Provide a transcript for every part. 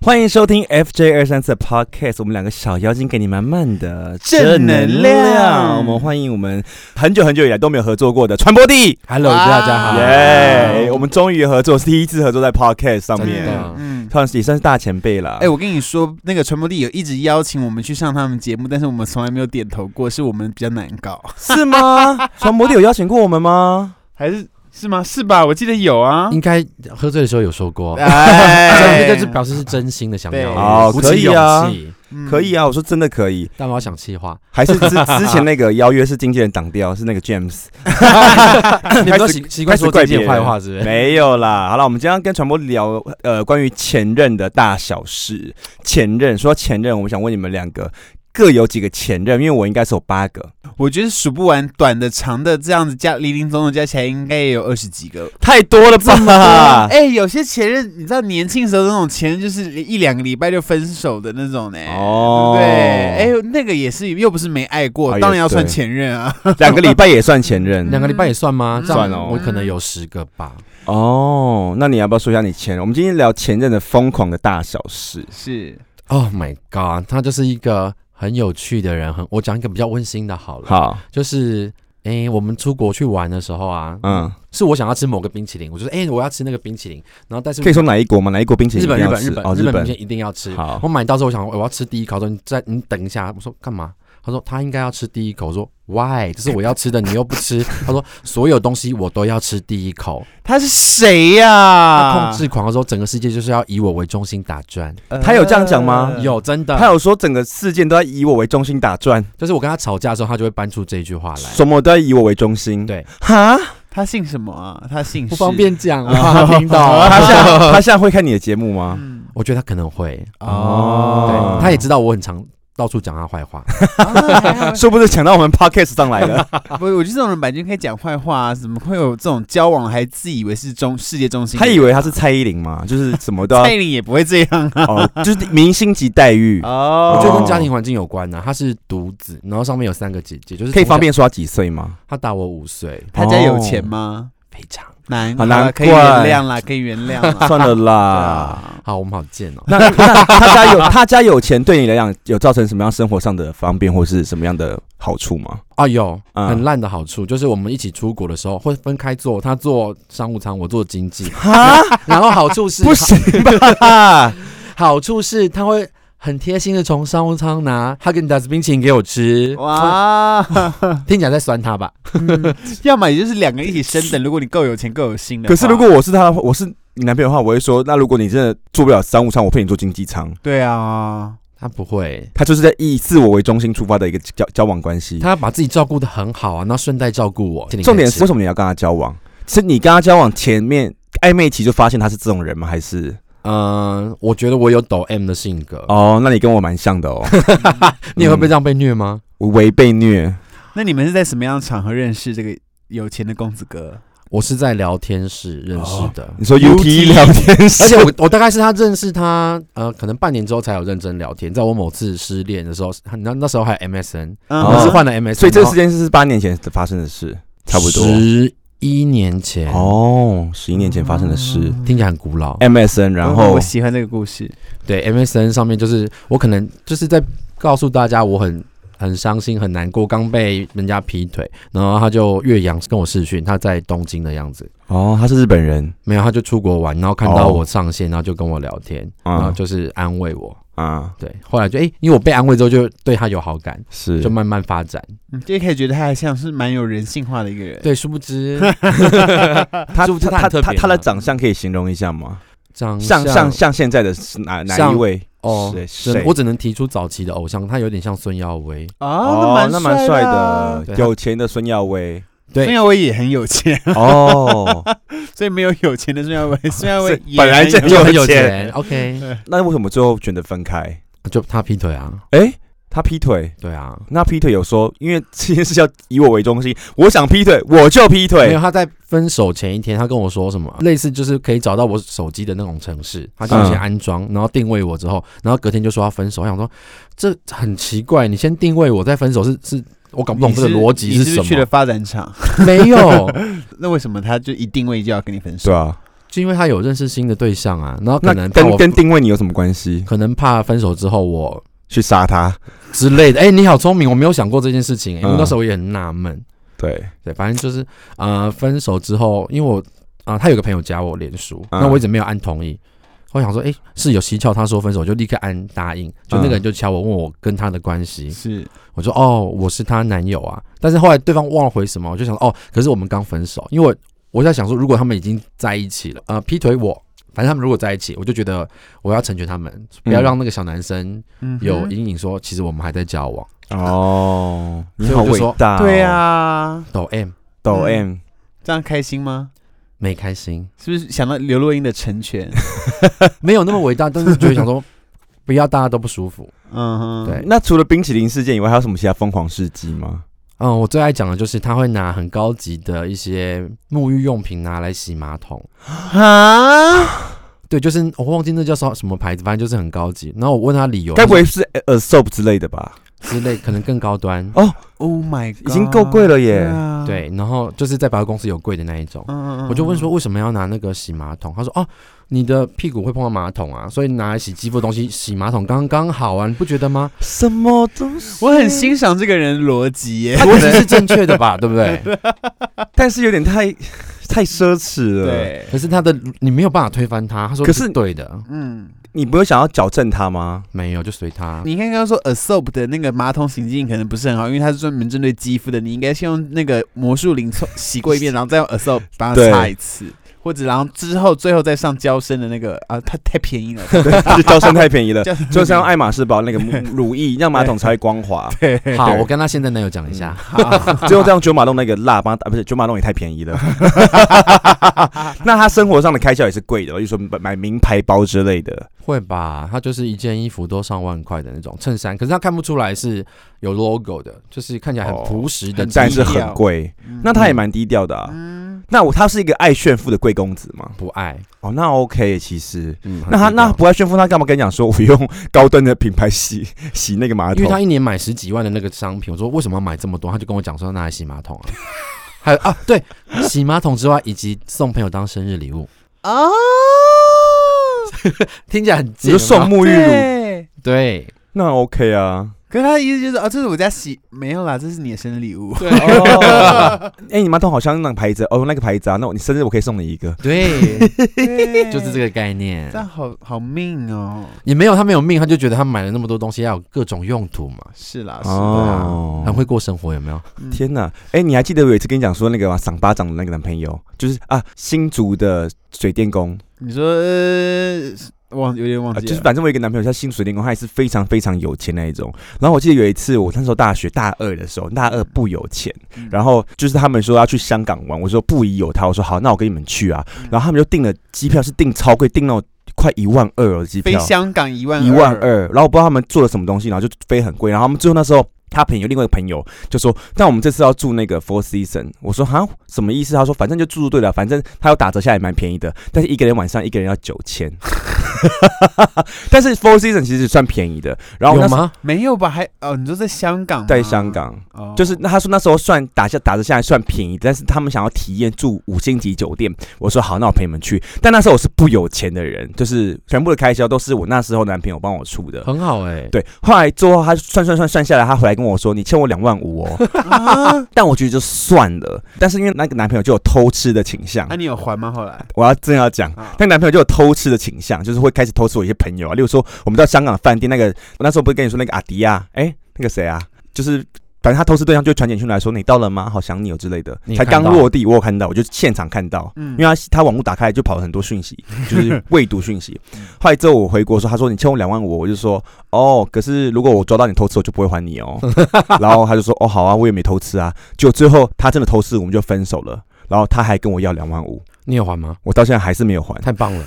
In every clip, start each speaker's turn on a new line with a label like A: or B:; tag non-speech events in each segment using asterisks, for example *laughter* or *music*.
A: 欢迎收听 FJ 二三四 Podcast，我们两个小妖精给你满满的
B: 正能量
A: 我们欢迎我们很久很久以来都没有合作过的传播帝，
B: Hello，
C: 哇
B: 大家好。
A: 耶！我们终于合作，是第一次合作在 Podcast 上面
C: 真的，
B: 嗯，
A: 算是也算是大前辈了。
B: 哎，我跟你说，那个传播力有一直邀请我们去上他们节目，但是我们从来没有点头过，是我们比较难搞，
A: 是
B: *laughs*
A: 吗？传播帝有邀请过我们吗？
B: 还是是吗？是吧？我记得有啊。
C: 应该喝醉的时候有说过，所以
B: 哎
C: 这就是表示是真心的想要
B: 对
A: 哦
C: 鼓
A: 可
C: 起
A: 以
C: 勇
A: 啊
C: 气，
A: 可以
B: 啊。
A: 啊，我说真的可以，
C: 但我要想
A: *laughs*
C: 气话，
A: 还是之之前那个邀约是经纪人挡掉，是那个
B: *laughs*
A: James。
C: 你们都习习惯说自己的坏话，是不是？
A: 没有啦，好了，我们今天要跟传播聊呃关于前任的大小事。前任说到前任，我想问你们两个各有几个前任？因为我应该是有八个，
B: *laughs* 我觉得数不完，短的、长的，这样子加零零总总加起来，应该也有二十几个。
A: 太多了吧？
B: 哎，有些前任，你知道年轻时候的那种前任，就是一两个礼拜就分手的那种呢。
A: 哦，
B: 对，哎，，那个也是，又不是没爱
A: 啊
B: 过，
A: 也
B: 当然要算
A: 对
B: 前任啊。
A: 两个礼拜也算前任
C: 两个礼拜也算吗？
B: 嗯
C: 这样
A: 算哦
C: 我可能有十个吧。
A: 哦。那你要不要说一下你前任？我们今天聊前任的疯狂的大小事。
B: 是，
C: Oh my god，他就是一个很有趣的人，很我讲一个比较温馨的好了，
A: 好，
C: 就是。哎、我们出国去玩的时候啊，
A: 嗯，
C: 是我想要吃某个冰淇淋，我就说，哎、我要吃那个冰淇淋，然后但是
A: 可以说哪一国吗？哪一国冰淇淋
C: 日本
A: 一
C: 日
A: 定要
C: 本
A: 吃
C: 日本、
A: 哦，
C: 日
A: 日
C: 本冰淇
A: 本
C: 淋一定要吃。
A: 好
C: 我买到之后，我想我要吃第一口，说你再你等一下。我说干嘛？他说他应该要吃第一口。我说 why？这是我要吃的，你又不 *laughs* 吃。他说所有东西我都要吃第一口。
B: 他是谁呀、
C: 他控制狂的时候，整个世界就是要以我为中心打转。
A: 他有这样讲吗
B: 呃
C: 嗯有真的，
A: 他有说整个事件都在以我为中心打转，
C: 就是我跟他吵架的时候，他就会搬出这一句话来。
A: 什么都要以我为中心。
C: 对，
A: 哈，
B: 他姓什么啊？他姓
C: 不方
B: 氏。
C: 便讲，我啊 *laughs* 怕他听到。
A: 哦他现在他现在会看你的节目吗？
B: 嗯
C: 我觉得他可能会，
A: 哦
C: 对，他也知道我很常到处讲他坏话。
B: *laughs* 啊
A: 是不是抢到我们 podcast 上来了？
B: 不，我觉得这种人本来就可以讲坏话、啊，怎么会有这种交往还自以为是中世界中
A: *laughs*
B: 心的
A: 他
B: 人啊？
A: 以为他是啊蔡依林嘛，就是什么都要
B: 蔡依林也不会这样啊。
A: 哦，就是明星级待 *laughs* 遇，
B: 哦
C: 我觉得跟
A: 哦
C: 家庭环境有关呐、啊他是独子，然后上面有三个姐姐，就是
A: 可以
C: 从小
A: 方便说他几岁吗？
C: 他大我五岁，
B: 他家有钱吗？
C: 非常
B: 难，
A: 好
B: 好
A: 难
B: 啦可以
A: 怪
B: 原谅啦，可以原谅
A: *laughs*
B: 啦。
A: *laughs* 算了
B: 对
A: 啦。
B: 啊
C: 好，我们好贱哦。
A: 那那 *laughs* 他家有他家有钱，对你来讲有造成什么样生活上的方便或是什么样的好处吗？
C: 啊，有
A: 嗯
C: 很烂的好处，就是我们一起出国的时候会分开坐，他坐商务舱，我坐经济。 *laughs* 然后好处是
A: 不行 *laughs* 吧？
C: 好处是他会很贴心的从商务舱拿哈根达斯冰淇淋给我吃。哇，
B: 哇，
C: 听起来在酸他吧？
B: 要么也就是两个人一起升等。如果你够有钱、够有心的话，
A: 可是如果我是他，我是你男朋友的话，我会说，那如果你真的做不了商务舱，我陪你做经济舱。
B: 对啊，
C: 他不会，
A: 他就是在以自我为中心出发的一个交交往关系。
C: 他把自己照顾的很好啊，然后顺带照顾我。
A: 重点是为
C: 是
A: 什么你要跟他交往？是你跟他交往前面暧昧期就发现他是这种人吗？还是
C: 嗯，我觉得我有抖 M 的性格，嗯
A: 哦？那你跟我蛮像的
C: *laughs*
A: 哦，
C: 呃你也会被这样被虐吗？
A: 我违背虐
B: 那你们是在什么样的场合认识这个有钱的公子哥？
C: 我是在聊天室认识的。
A: 你说 UT 聊天室，
C: 而且我我大概是他认识他，呃，可能半年之后才有认真聊天。在我某次失恋的时候，他那那时候还有 MSN，
B: 嗯
C: 我
A: 哦
C: 是换了
A: *laughs*
C: MSN，
A: 所以这个事件是八年前发生的事，差不多
C: 十一年前，
A: 哦，十一年前发生的事。
C: 听起来很古老。
A: MSN，然后
B: 我喜欢这个故事。
C: 对 MSN 上面就是我可能就是在告诉大家我很很伤心很难过，刚被人家劈腿，然后他就岳阳跟我视讯，他在东京的样子。
A: 哦，他是日本人
C: 没有，他就出国玩，然后看到
A: 哦
C: 我上线，然后就跟我聊天，
A: 嗯
C: 然后就是安慰我。
A: 啊，
C: 对，后来就诶，因为我被安慰之后，就对他有好感，
A: 是
C: 就慢慢发展。
B: 你嗯就可以觉得他还像是蛮有人性化的一
C: *laughs*
B: 个人。 *laughs*
C: 对，殊不知
A: 他
C: 是不是他
A: 他
C: 很特别
A: 他他的
C: 吗
A: 长相可以形容一下吗？
C: 长
A: 像像像现在的是哪哪一
C: 像
A: 位？
C: 哦，
A: 谁
C: 真的
A: 谁
C: 我只能提出早期的偶像，他有点像孙耀威，
B: 哦，
A: 那
B: 那
A: 蛮
B: 蛮
A: 帅
B: 的啊。
C: 对他
A: 有钱的孙耀威
C: *laughs* 对
B: 孙耀威也很有钱， *laughs*
A: 哦。
B: 所以没有有钱的孙 *laughs* 耀威，孙耀威
A: 是
B: 也
A: 本来
B: 很
A: 就
B: *laughs* 有
A: 有
B: 钱
C: 很有
A: 钱
C: 钱。OK，
B: *laughs*
A: 那为什么最后选择分开？
C: 就他劈腿啊，
A: 哎、他劈腿，
C: 对啊，
A: 那劈腿有说，因为这件事要以我为中心，我想劈腿我就劈
C: 没有
A: 腿。
C: 他在分手前一天，他跟我说什么，类似就是可以找到我手机的那种城市，他就先
A: 嗯
C: 安装，然后定位我之后，然后隔天就说要分手，我想说这很奇怪，你先定位我再分手是是。我搞不懂这个
B: 你
C: 逻辑
B: 你是不
C: 什 *laughs*
B: 去
C: 么
B: 了？发展场，
C: 没有，
B: 那为什么他就一定位就要跟你分手？
A: 对啊，
C: 就因为他有认识新的对象啊，然后可
A: 那
C: 能怕
A: 跟
C: 我
A: 跟定位你有什么关系？
C: 可能怕分手之后我
A: 去杀他？
C: 之类的。哎、你好聪明，我没有想过这件事情、因为
A: 嗯
C: 那时候我也很纳闷。
A: 对，
C: 对，反正就是呃，分手之后，因为我啊、他有个朋友加我脸书，
A: 嗯
C: 那我一直没有按同意。我想说，哎、是有蹊跷，他说分手，我就立刻按答应。就那个人就敲我，问我跟他的关系，
B: 是
C: 我说哦，我是她男友啊。但是后来对方忘了回什么，我就想哦，可是我们刚分手，因为我我在想说，如果他们已经在一起了，呃，劈腿我，反正他们如果在一起，我就觉得我要成全他们，不要
A: 嗯
C: 让那个小男生
B: 嗯哼
C: 有阴影说其实我们还在交往。
A: 哦，你
C: 所以
A: 好
C: 我就
A: 伟
C: 说
A: 大、
B: 对，啊，
C: 抖 M
A: 抖
B: 嗯
A: M，
B: 这样开心吗？
C: 没开心，
B: 是不是想到刘若英的成全？
C: *laughs* 没有那么伟大，但是觉得想 *laughs* 说不要大家都不舒服。
B: 嗯哼，
C: 对，
A: 那除了冰淇淋事件以外，还有什么其他疯狂事迹吗？
C: 嗯，我最爱讲的就是他会拿很高级的一些沐浴用品拿来洗马桶。
B: 啊，
C: 对，就是我忘记那叫什么什么牌子，反正就是很高级。然后我问他理由，
A: 该不会是呃 soap 之类的吧？
C: 之类，可能更高 *laughs* 端。
B: Oh my，God,
A: 已经够贵了耶
B: 对啊，
C: 对，然后就是在百货公司有贵的那一种。
B: 嗯，嗯嗯
C: 我就问说为什么要拿那个洗马桶？他说哦，你的屁股会碰到马桶啊，所以拿来洗肌肤的东西洗马桶刚刚好啊，你不觉得 *laughs* 吗？
A: 什么东西
B: 我很欣赏这个人的逻辑耶，
C: 逻辑是正确的吧，对不对？
A: 但是有点太 *laughs* 太奢侈了。，
B: 对，
C: 可是他的你没有办法推翻他，他说
A: 可
C: 是
A: 是
C: 对的，
B: 嗯，
A: 你不会想要矫正它
C: *laughs*
A: 吗？
C: 没有就随他。
B: 你刚刚说 a soap 的那个马桶洗净可能不是很好，因为它是专门针对肌肤的，你应该先用那个魔术灵冲洗过一
A: *laughs*
B: 遍，然后再用 a soap 把它
A: 对
B: 擦一次，或者然后之后最后再上娇生的那个啊，它太便
A: *laughs*
B: 宜了，
A: 是娇生太
C: *laughs*
A: 便宜了，
B: 娇生
A: 就是要用爱马仕包那个乳液，让马桶才会光滑。
C: 好，我跟他现在男友讲一下，
A: 最后这样九马弄那个辣帮他，啊不是九马弄也太便
C: *laughs*
A: 宜了。那他生活上的开销也是贵的，例如说买买名牌包之类的。
C: 会吧？他就是一件衣服都上万块的那种衬衫，可是他看不出来是有 logo 的，就是看起来很
A: 哦
C: 朴实的
B: 很
C: 质
A: 但
C: 感，
A: 是很贵。
B: 嗯
A: 那他也蛮低调的啊。
C: 嗯
A: 那我他是一个爱炫富的贵公子嘛？
C: 不爱。
A: 哦，那 OK，其实。
C: 嗯，很
A: 那他
C: 低
A: 那
C: 调
A: 不爱炫富，他干嘛跟你讲说我用高端的品牌洗 *laughs* 洗那个马
C: 因为他
A: 桶？
C: 一年买十几万的那个商品，我说为什么要买这么多？他就跟我讲说拿来洗马桶啊，还有啊，对，洗马桶之外，以及送朋友当生日礼物，
B: 啊，
C: 听起来很
A: 你
C: 贱
A: 就送
C: 有没
A: 沐浴乳，
B: 对，
C: 有对
A: 那 OK 啊。
B: 可是他的意思就是啊，这是我家洗没有啦，这是你的生日礼物，
A: 对
B: *laughs*
A: 哦，哎，你马桶好像那个牌子哦，那个牌子啊，那我你生日我可以送你一个。
C: 对，
B: 对
C: 就是这，个概 *laughs* 念
B: 这。样好好命哦，
C: 也没有他没有命，他就觉得他买了那么多东西要有各种用途嘛，
B: 是啦，啊是啦，
A: 哦，
C: 很会过生活有没有？
B: 嗯
A: 啊天呐，哎、你还记得我有一次跟你讲说那个吗？赏巴掌的那个男朋友，就是啊，新竹的水电工，
B: 你说呃忘有点忘
A: 呃
B: 记
A: 就
B: 了，
A: 是反正我有一个男朋友叫新竹水电工，他也是非常非常有钱那一种。然后我记得有一次，我那时候大学大二的时候，大二不有钱，
B: 嗯
A: 然后就是他们说要去香港玩，我说不宜有他，我说好，那我跟你们去啊。
B: 嗯
A: 然后他们就订了机票，是订超贵，订那种快一万二哦，机
B: 飞
A: 票
B: 香港一万
A: 一万，二，然后我不知道他们做了什么东西，然后就飞很贵，然后他们最后那时候。他朋友另外一个朋友就说：“但我们这次要住那个 Four Season。”我说：“哈，什么意思？”他说：“反正就住对了，反正他要打折下来蛮便宜的，但是一个人晚上一个人要九千。 *laughs* 但是 Four Season 其实算便宜的。然后我那
C: 有
A: 时候
C: 吗？
B: 没有吧？还哦，你说在香港吗？
A: 在香港，
B: 哦，
A: 就是那他说那时候算打下打折下来算便宜，但是他们想要体验住五星级酒店，我说好，那我陪你们去。但那时候我是不有钱的人，就是全部的开销都是我那时候男朋友帮我出的。
C: 很好哎、
A: 对，后来之后他算算算算下来，他回来跟我说：“你欠我两万五哦。但我觉得就算了，但是因为那个男朋友就有偷吃的倾向
B: 那、，你有还吗？后来
A: 我要正要讲。
B: 啊，
A: 那个男朋友就有偷吃的倾向，就是会开始偷吃我一些朋友啊，例如说我们到香港的饭店那个，我那时候不是跟你说那个阿迪啊，哎、那个谁啊，就是反正他偷吃对象就会传简讯来说你到了吗？好想你哦之类的
C: 你，
A: 才
C: 看到
A: 刚落地我有看到，我就现场看到，
B: 嗯
A: 因为他他网络打开就跑了很多讯息，就是未读讯息。后来之后我回国说，他说你欠我两万五，我就说哦，可是如果我抓到你偷吃，我就不会还你哦。然后他就说哦好啊，我也没偷吃啊。就最后他真的偷吃，我们就分手了。然后他还跟我要两万五，
C: 你有还吗？
A: 我到现在还是没有还。
C: 太棒了，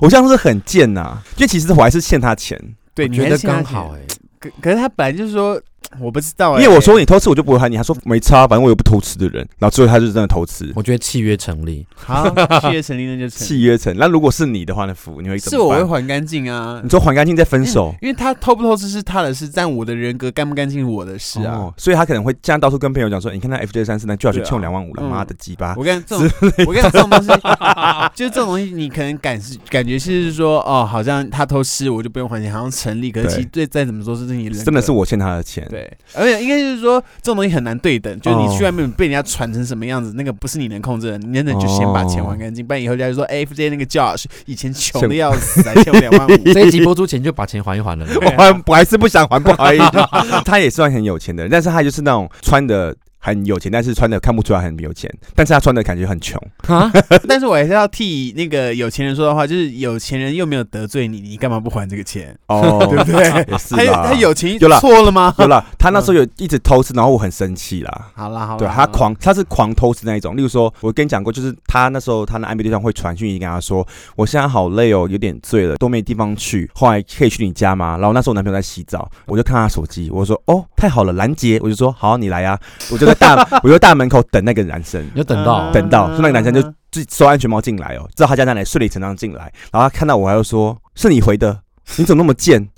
A: 我这样是很贱呐、因为其实我还是欠他钱。
B: 对，
C: 我
B: 你
C: 哎觉
B: 还
C: 得
B: 欠他
C: 刚
B: 钱
C: 好哎、
B: 可可是他本来就是说我不知道、欸，
A: 因为我说你偷吃，我就不会喊你。他说没差，反正我又不偷吃的人。然后最后他就真的偷吃，
B: 嗯
C: 我觉得契约成 *laughs* 立，
B: 好，契约成立那就成，
A: 契约成。那如果是你的话，那服你会怎
B: 是
A: 么
B: 我
A: 办
B: 会嗯还干净啊
A: 你。说还干净再分手。
B: 因为他偷不偷吃是他的事，但我的人格干不干净是我的事啊。
A: 哦，所以他可能会这样到处跟朋友讲说：“你看那 FJ 三四，那就要去
B: 对啊
A: 欠两万五了，
B: 嗯
A: 妈的鸡巴
B: 我跟你讲这种，我跟你讲这种东西， *laughs* 就是这种东西，你可能感是感觉是说，哦，好像他偷吃我就不用还钱，好像成立。可是
A: 对
B: 其实对再怎么说，这是你人格
A: 真的是我欠他的钱。”
B: 对，而且应该就是说，这种东西很难对等，就是
A: 哦
B: 你去外面被人家传成什么样子，那个不是你能控制的，你真的就先把
A: 哦
B: 钱还干净，不然以后人家就说，哎，FJ 那个 Josh 以前穷的要
A: *laughs*
B: 死，还欠我两万五。
C: 这一集播出前就把钱还一还了。
A: *laughs* 我还我还是不想还，不好意思。 *laughs* 他也算很有钱的人，但是他就是那种穿的很有钱，但是穿的看不出来很有钱，但是他穿的感觉很穷。
C: 啊，
B: 但是我还是要替那个有钱人说的话，就是有钱人又没有得罪你，你干嘛不还这个钱？
A: 哦，
B: *laughs* 对不对？
A: 也 *laughs* 是
B: 他有
A: 啦。
B: 他有钱
A: 有啦
B: 错了吗？
A: *laughs* 有啦，他那时候有一直偷吃，然后我很生气啦。
B: 好嗯啦好啦，
A: 对
B: 好
A: 他
B: 啦
A: 狂，他是狂偷吃那一种。例如说，我跟你讲过，就是他那时候他的暧昧对象会传讯息跟他说：“我现在好累哦，有点醉了，都没地方去。后来可以去你家吗？”然后那时候我男朋友在洗
B: *laughs*
A: 澡，我就看他手机，我就说：“哦，太好了，拦截。”我就说：“好，你来啊！”我就在大，我就在大门口等那个男生。
C: *laughs* 你就 *laughs* 等到
B: 啊
A: 等到那个男生就自己收安全帽进来哦，知道他家在哪里，顺理成章进来，然后他看到我还要说：“是你回的，你怎么那么贱？”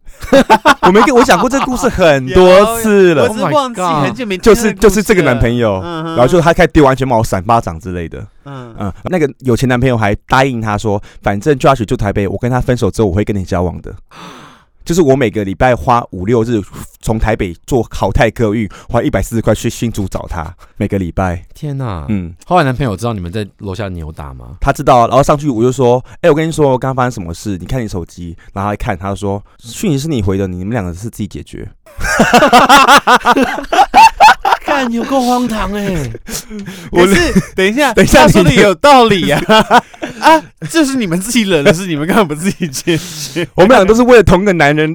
A: *laughs* 我没跟我讲过这个故事很多次
B: 我
A: 了，
B: 只是
C: Oh my
B: 忘记
C: God
B: 很久没
A: 就
B: 听
A: 是
B: 故
A: 就是这个
B: 事了
A: 男朋友，
B: 嗯
A: 然后就他开始丢安全帽、闪巴掌之类的。
B: 嗯嗯
A: 嗯，那个有钱男朋友还答应他说，反正 Josh 住台北，我跟他分手之后，我会跟你交往的。就是我每个礼拜花五六日从台北坐好泰客运，花一百四十块去新竹找他，每个礼拜。
C: 天哪！
A: 嗯，
C: 后来男朋友知道你们在楼下扭打吗？
A: 他知道，然后上去我就说：“哎、我跟你说，我刚刚发生什么事？你看你手机。”然后他一看，他就说：“讯息是你回的，你们两个是自己解
C: *laughs*
A: 决。
C: 看，有够荒唐 *laughs* 哎！
A: 我
B: 可是等一下，
A: *laughs* 等一下
B: 他说的
A: 你就
B: 有道理呀、啊！ *laughs* 啊，这是你们自己惹的事，你们干嘛不自己解决？
A: 我们俩都是为了同一个男人。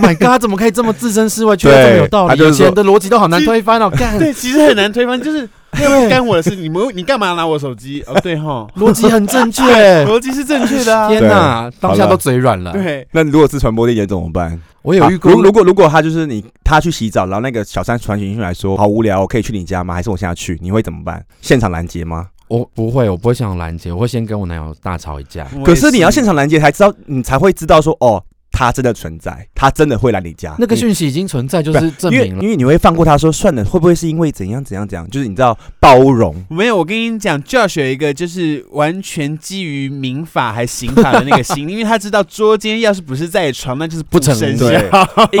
C: My God，他怎么可以这么置身事外，觉
A: 对
C: 得这么有道
A: 他
C: 理？
A: 就是
C: 有
A: 说
C: 些人的逻辑都好难推翻哦，
B: *laughs*
C: 干，
B: 对，其实很难推翻，就是那不干我的事，你们你干嘛拿我手机？哦，对哈，
C: 逻辑很正 *laughs* 确。
B: 逻辑是正确的啊。
C: 天哪，当下都嘴软了。
B: 对，
A: 那如果是传播地点怎么办？
C: 我哎有遇过
A: 啊，如如果如果他就是你，他去洗澡，然后那个小三传讯息来说：“好无聊，我可以去你家吗？还是我现在去？”你会怎么办？现场拦截吗？
C: 我不会，我不会想拦截，我会先跟我男友大吵一架。
B: 我
A: 可
B: 也
A: 是你要现场拦截，才知道你才会知道说：“哦，他真的存在，他真的会来你家。”
C: 那个讯息已经存在，就是证
A: 因为
C: 明了。
A: 因为你会放过他说：“算了，会不会是因为怎样怎样怎样？”就是你知道包容。
B: 没有，我跟你讲，Josh 有一个就是完全基于民法还刑法的那个
C: *laughs*
B: 心，因为他知道捉奸要是不是在床，那就是
C: 不成
B: 生效
A: 对。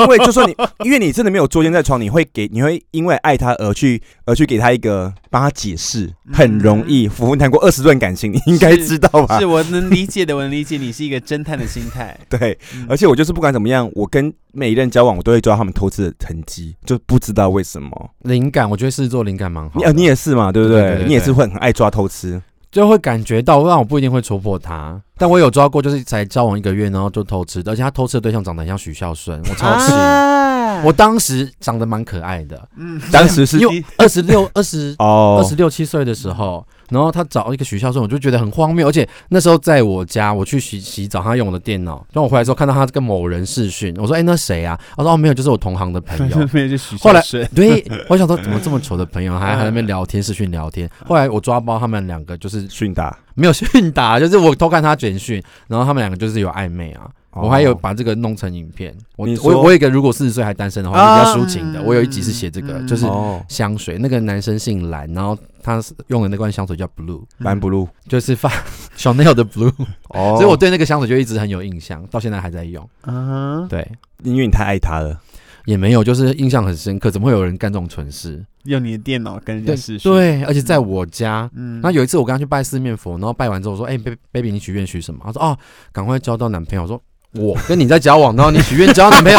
A: *laughs* 因为就算你，因为你真的没有捉奸在床，你会给，你会因为爱他而去，而去给他一个帮他解释，
C: 嗯
A: 很容易。我们谈过二十段感情，你应该知道吧
B: 是？我能理解的，我能理解你是一个侦探的心
C: *laughs*
B: 态。
A: *laughs* 对，
B: 嗯
A: 而且我就是不管怎么样，我跟每一任交往，我都会抓他们偷吃的痕迹，就不知道为什么。
C: 灵感，我觉得狮子座灵感蛮好
A: 你
C: 的，
A: 呃，你也是嘛，对不
C: 对对对对
A: 你也是会很爱抓偷吃，
C: *laughs* 就会感觉到，但我不一定会戳破他。但我有抓过，就是才交往一个月，然后就偷吃的，而且他偷吃的对象长得很像许孝顺，我超气。
B: 啊
C: 我当时长得蛮可爱的，
B: 嗯，
A: 当时是
C: 因为二十六、二十二
A: 哦
C: 十，六七岁的时候，然后他找一个许孝顺，我就觉得很荒谬。而且那时候在我家，我去洗洗澡，他用我的电脑，然后我回来之后看到他跟某人视讯，我说：“哎、那谁啊？”他说：“哦，没有，就是我同行的朋
A: *laughs*
C: 友。”
B: 没有就许
C: 后来
B: 孝顺
C: 对，我想说怎么这么丑的朋友，
B: 嗯
C: 还还在那边聊天视讯聊天。后来我抓包他们两个，就是
A: 训打，
C: 没有 *laughs* 训打，就是我偷看他简讯，然后他们两个就是有暧昧啊。我还有
A: 哦
C: 把这个弄成影片。我
A: 你说
C: 我我有一个如果四十岁还单身的话，
B: 啊
C: 比较抒情的。我有一集是写这个，
B: 嗯
C: 就是
A: 哦，
C: 香水，那个男生姓蓝，然后他是用的那罐香水叫 Blue，
A: 蓝不露
C: 就是发 *laughs* Chanel 的 *laughs* Blue，
A: 哦，
C: 所以我对那个香水就一直很有印象，到现在还在用。
B: 啊，
C: 对，
A: 因为你太爱他了，
C: 也没有，就是印象很深刻，怎么会有人干这种蠢事？
B: 用你的电脑跟人家
C: 对
B: 试训，
C: 对，而且在我家，
B: 嗯
C: 那有一次我跟他去拜四面佛，然后拜完之后我说：“哎、b a b y baby，你许愿许什么？”他说：“哦，赶快交到男朋友。”我说：“我跟你在交往，然后你许愿交男朋友。”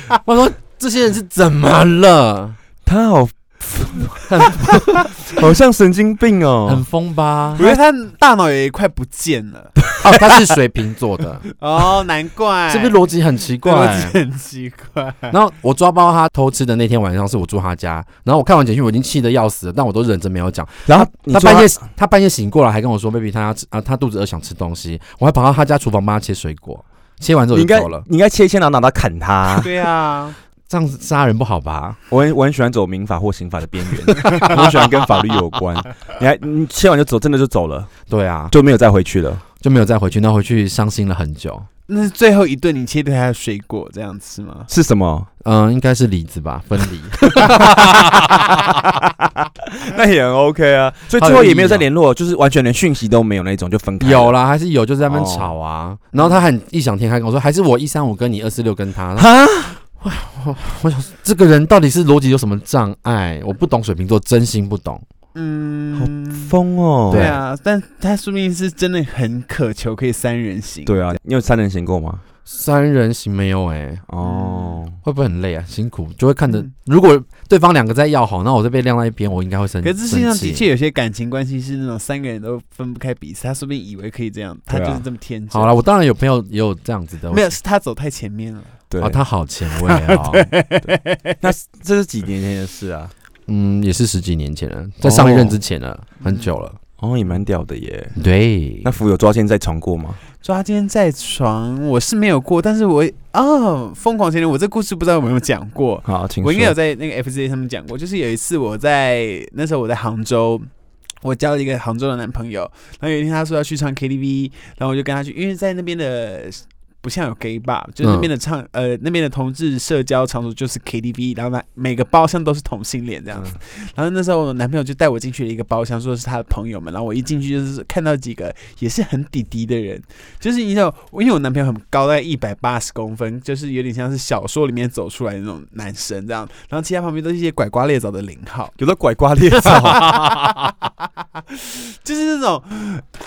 C: *laughs* 我说：“这些人是怎么了？
A: 他
C: *laughs*
A: 好好像神经病哦，
C: 很疯吧
B: 我？觉得他大脑也快不见了，
C: 哦，他是水瓶座的，
B: 哦，难怪，
C: 是不是逻辑很奇
B: 对
C: 怪？
B: 我觉得很奇怪？。
C: 然后我抓包他偷吃的那天晚上是我住他家，然后我看完简讯我已经气得要死了，但我都忍着没有讲。
A: 然后你
C: 他
A: 说
C: 半夜他半夜醒过来还跟我说，baby 他要吃啊，他肚子饿想吃东西，我还跑到他家厨房帮他切水果，切完之后
A: 你
C: 就
A: 应该
C: 走了。
A: *laughs* 你应该切一切，然后拿刀砍他
B: 对啊，
C: 这样子杀人不
A: *laughs*
C: 好吧？
A: 我很我很喜欢走民法或刑法的边缘， *laughs* 我很喜欢跟法律有关。你还你签完就走，真的就走了，
C: 对啊，
A: 就没有再回去了。
C: 就没有再回去，那回去伤心了很久。
B: 那是最后一顿你切对他的水果这样子吗？
A: 是什么？
C: 嗯，应该是梨子吧，分离。
A: 那也很 OK 啊。所以最后也没有再联络，就是完全连讯息都没有那种，就分开了。
C: 有啦，还是有，就在那边吵啊。然后他很异想天开跟我说，还是我一三五跟你，二四六跟他。
A: 哈，
C: 这个人到底是逻辑有什么障碍？我不懂水瓶座，真心不懂。
B: 嗯，
A: 疯哦。
B: 对啊，但他说不定是真的很渴求可以三人行。，
A: 对啊，你有三人行过吗？
C: 三人行没有哎、
A: 哦，
C: 会不会很累啊？辛苦就会看着
B: 嗯，
C: 如果对方两个在要好，那我就被晾在一边，我应该会生
B: 可
C: 气。
B: 是这世界上
C: 生气
B: 的确有些感情关系是那种三个人都分不开彼此，他说不定以为可以这样，他
A: 对啊
B: 就是这么天真。
C: 好了，我当然有朋友也有这样子的，
B: 没有是他走太前面了。
A: 对
C: 啊，，他好前卫哦，
A: 那这是几年前的事啊。
C: 嗯，也是十几年前了，在上一任之前了，很久了。
A: 哦，也蛮屌的耶。
C: 对
A: 那，福有抓现在重过吗？
B: 抓奸在床我是没有过，但是我哦，疯狂前任，我这故事不知道有没有讲过，
A: 好，请
B: 我应该有
A: 说。
B: 在那个 FZ 上面讲过，就是有一次我在那时候我在杭州。我交了一个杭州的男朋友，然后有一天他说要去唱 KTV，然后我就跟他去，因为在那边的不像有 gay bar，就是那边的唱、呃那边的同志社交场所就是 KTV，然后呢每个包厢都是同性恋这样子。然后那时候我男朋友就带我进去了一个包厢，说是他的朋友们，然后我一进去就是看到几个也是很弟弟的人，就是你知道，我因为我男朋友很高，大概一百八十公分，就是有点像是小说里面走出来的那种男神这样。然后其他旁边都是一些拐瓜裂枣的零号，
A: 有的拐瓜裂枣，
B: *laughs* 就是那种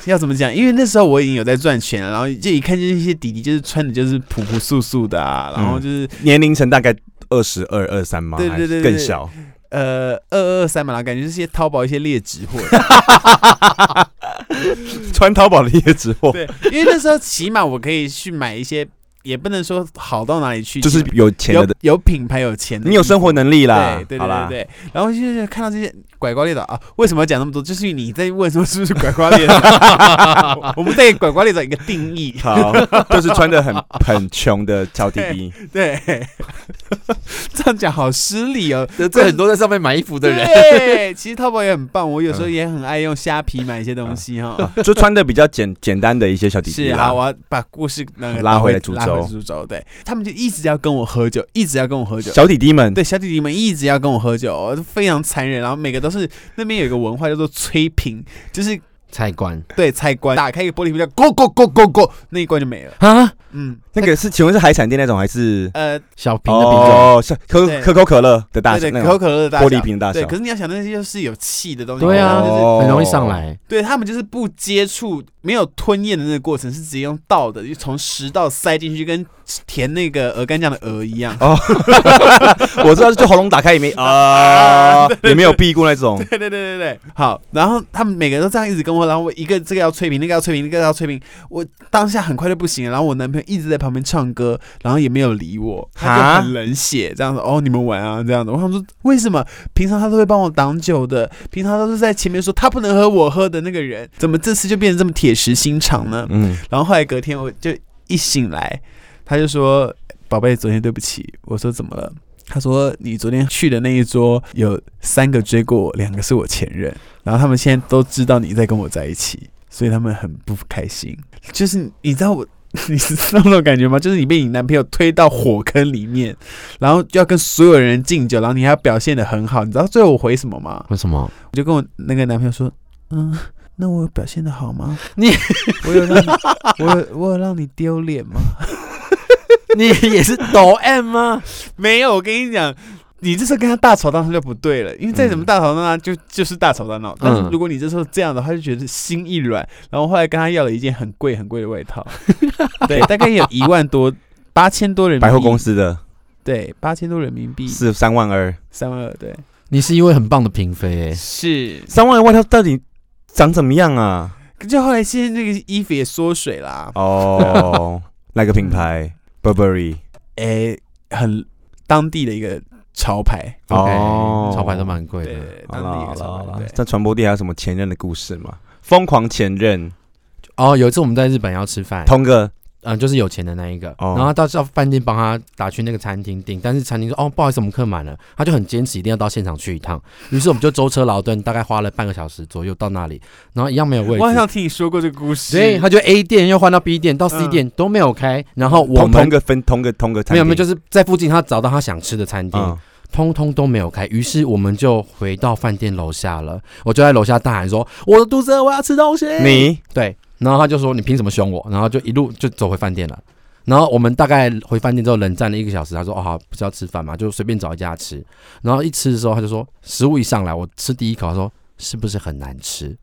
B: 要怎么讲？因为那时候我已经有在赚钱了，然后就一看就是一些弟弟，就是穿的就是朴朴素素的啊，
A: 嗯
B: 然后就是、
A: *laughs* 年龄层大概二十二、二三吗？
B: 对对
A: 还是
B: 对对
A: 更小。
B: 呃二二三嘛，然后感觉是些淘宝一些劣质
A: *laughs*
B: 货。
A: 穿淘宝的叶子货，
B: 对，因为那时候起码我可以去买一些，也不能说好到哪里去，
A: 就是有钱
B: 有
A: 的，
B: 有品牌有钱的，
A: 你有生活能力啦
B: 对。对
A: 好
B: 对
A: 啦
B: 对，对，然后就是看到这些拐瓜裂枣啊，为什么要讲那么多？就是因为你在问说是不是拐瓜裂枣，
A: *laughs*
B: 我我们对拐瓜裂枣一个定义。
A: 好， *laughs* 就是穿的很很穷的小弟
B: *laughs*
A: 弟，
B: 对，
A: *laughs*
B: 这样讲好失礼哦。
C: 得罪很多在上面买衣服的人，
A: *laughs*
B: 对，其实淘宝也很棒，我有
A: 嗯
B: 时候也很爱用虾皮买一些东西哈。
A: 就穿的比较简简单的一些小啊弟弟
B: 是
A: 啦
B: 好，。我要把故事那个
A: 拉回来
B: 主
A: 株
B: 拉回
A: 洲
B: 株洲，对他们就一直要跟我喝酒，一直要跟我喝酒。
A: 小弟弟们，
B: 对，小弟弟们一直要跟我喝酒，哦非常残忍。然后每个都是那边有一个文化叫做催瓶，就是
C: 菜官
B: 对，菜关，打开一个玻璃瓶叫 go go go go go，那一关就没了。
C: 啊，
B: 嗯，
A: 那个是请问是海产店那种还是？
B: 呃，
C: 小瓶的啤酒，
A: 哦，像可
B: 对
A: 可口可乐的大小
B: 对对，
A: 那
B: 可口
A: 种
B: 可乐的大
A: 玻璃
B: 小，
A: 瓶的大
B: 对。
A: 小
B: 可，是你要想，那些就是有气的东西，
C: 对啊
B: 然后就是
A: 哦
C: 很容易上来。
B: 对他们就是不接触，没有吞咽的那个过程，是直接用倒的，就从食道塞进去，跟填那个鹅肝酱的鹅一样。
A: 我知道，就喉咙打开也没啊，也没有闭过那种。
B: *laughs* 对对对对对，好。然后他们每个人都这样一直跟我，然后我一个这个要吹瓶，那个要吹瓶，那个要吹瓶，我当下很快就不行了。然后我男朋友一直在旁边唱歌，然后也没有理我，他
A: 哈
B: 就很冷血这样子。哦，你们玩啊这样子。我想说，为什么平常他都会帮我挡酒的，平常都是在前面说他不能喝我喝的那个人，怎么这次就变得这么铁石心肠呢？
A: 嗯，
B: *laughs* 然后后来隔天我就一醒来，他就说：“宝贝，昨天对不起。”我说：“怎么了？”他说：“你昨天去的那一桌有三个追过我，两个是我前任，然后他们现在都知道你在跟我在一起，所以他们很不开心。就是你知道我。” *laughs* 你知道那种感觉吗？就是你被你男朋友推到火坑里面，然后就要跟所有人敬酒，然后你还要表现的很好。你知道最后我回什么吗？
C: 为什么？
B: 我就跟我那个男朋友说，嗯，那我有表现的好吗？
C: 你
B: *laughs* 我有让你，我有我有让你丢脸吗？
C: 你也是抖 M 吗？
B: *laughs* 没有，我跟你讲。嗯你这时候跟他大吵大闹就不对了，因为再怎么大吵大闹就、就是大吵大闹。但是如果你这时候这样的话，就觉得心一软。然后后来跟他要了一件很贵很贵的外套， *laughs* 对，大概有一万多、八千多人民币
A: 百货公，司的
B: 对，八千多人民币，
A: 是三万二，
B: 三万二，对，
C: 你是一位很棒的嫔妃哎，
B: 是。
A: 三万二外套到底长怎么样啊？
B: 就后来现在那个衣服也缩水啦，
A: 哦，那个品
C: 嗯
A: 牌 Burberry
B: 诶、哎很当地的一个潮牌，
A: 哦
C: OK，潮牌都蛮贵
B: 对
C: 的。，
A: 好
B: 当
A: 啦
B: 地一
A: 好
B: 个
A: 啦
B: 潮
A: 好啦
B: 牌，对。
A: 在传播地还有什么前任的故事吗？疯狂前任，
C: 哦，有一次我们在日本要吃饭，
A: 通哥
C: 嗯，就是有钱的那一个，
A: 哦
C: 然后他到到饭店帮他打去那个餐厅订，但是餐厅说哦不好意思，我们客满了，他就很坚持一定要到现场去一趟，于是我们就舟车劳顿，大概花了半个小时左右到那里，然后一样没有位
B: 我好
C: 置，
B: 像听你说过这个故事，
C: 所以他就 A 店又换到 B 店，到 C
B: 嗯
C: 店都没有开，然后我
A: 同同
C: 们
A: 个分同个同个餐
C: 没有没有，
A: 厅
C: 就是在附近他找到他想吃的餐厅，
A: 嗯
C: 通通都没有开，于是我们就回到饭店楼下了。我就在楼下大喊说：“我的肚子饿，我要吃东西。”
A: 你
C: 对，然后他就说：“你凭什么凶我？”然后就一路就走回饭店了。然后我们大概回饭店之后冷战了一个小时，他说：“哦好，不是要吃饭嘛，就随便找一家吃。”然后一吃的时候，他就说：“食物一上来，我吃第一口，他说是不是很难吃？”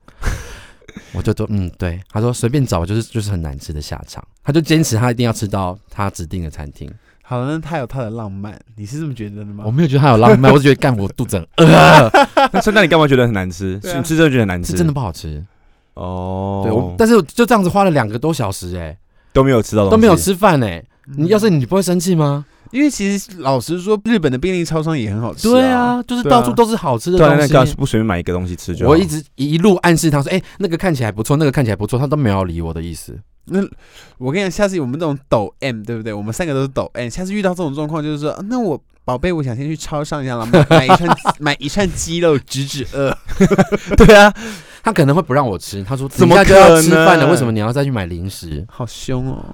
C: *laughs* 我就说：“嗯，对。”他说：“随便找，就是就是很难吃的下场。”他就坚持他一定要吃到他指定的餐厅。
B: 好了，那他有他的浪漫，你是这么觉得的吗？
C: 我没有觉得他有浪漫，我只觉得干我肚子很饿，
A: 那所以那你干嘛觉得很难吃？
B: 对啊
A: 是你是真的觉得很难吃？
C: 啊是真的不好吃。
A: 哦，
C: 对，我但是就这样子花了两个多小时、哎，
A: 都没有吃到，
C: 都没有。吃饭、哎，
B: 嗯
C: 你要是你不会生气吗？
B: 因为其实老实说，日本的便利超商也很好吃、
C: 对，啊，就是
B: 对啊
C: 到处都是好吃的
A: 对啊，那
C: 东
A: 干
C: 西
A: 嘛。不随便买一个东西吃就好？
C: 我一直一路暗示他说，哎、那个看起来不错，那个看起来不错，他都没有理我的意思。
B: 我跟你讲，下次我们这种抖 M，对不对？我们三个都是抖 M，下次遇到这种状况，就是说，啊那我宝贝，我想先去超商一下了，买买一串 *laughs* 买一串鸡肉止止饿。？
A: *laughs* 对啊，
C: 他可能会不让我吃，他说
A: 怎么
C: 等一下就要
A: 可
C: 吃饭了，
A: 能
C: 为什么你要再去买零
A: *laughs*
C: 食
B: 好凶哦！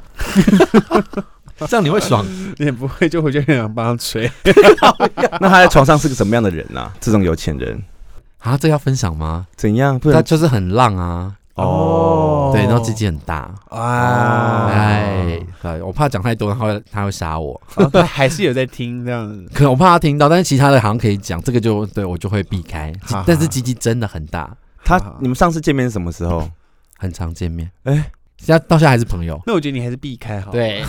C: 这样你
A: *laughs*
C: 会爽？
B: 你也不会就回去很想帮他吹。
A: 那他在床上是个什么样的人啊？这种有钱人
C: 啊，这要分享吗？
A: 怎样？不
C: 他
A: 能
C: 就是很浪啊，
A: 哦，
C: 对，然后鸡鸡很大，
B: 哦
A: 啊
C: 哎、对我怕讲太多，他会他会杀我。
B: 哦他还是有在听这样子。
C: 可能我怕他听到，但是其他的好像可以讲，这个就对我就会避开
B: 好好。
C: 但是鸡鸡真的很大，
A: 他你们上次见面是什么时候？
C: 很常见面，哎、
A: 哎
C: 现在到现在还是朋友。
B: 那我觉得你还是避开好。
C: 对，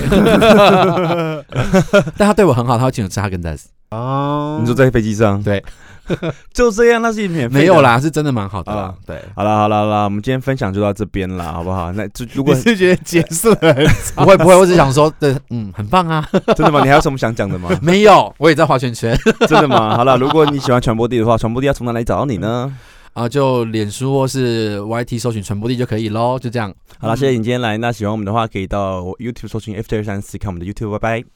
C: 但他对我很好，他会请我吃哈根达斯。
B: 哦，
A: 你说在飞机上？
C: 对，
A: *laughs* 就这样，那是免费的
C: 没有。啦，是真的蛮好的啦
A: 啊。
C: 对，
A: 好啦好啦好啦，我们今天分享就到这边啦，好不好？那就如
B: 你
C: *laughs*
A: 果
B: 是觉得结束了很
C: *laughs* 不会不会，我只想说， *laughs* 对，嗯，很棒啊。
A: 真的吗？你还有什么想讲的吗？
C: *laughs* 没有，我也在画圈圈 *laughs*
A: 真的吗？好了，如果你喜欢传播地的话，传播地要从哪里找到你呢？
C: 啊，就脸书或是 YT 搜寻传播地就可以喽，就这样。
A: 好了，谢谢你今天来。那喜欢我们的话，可以到 YouTube 搜寻 F 九三四看我们的 YouTube，拜拜。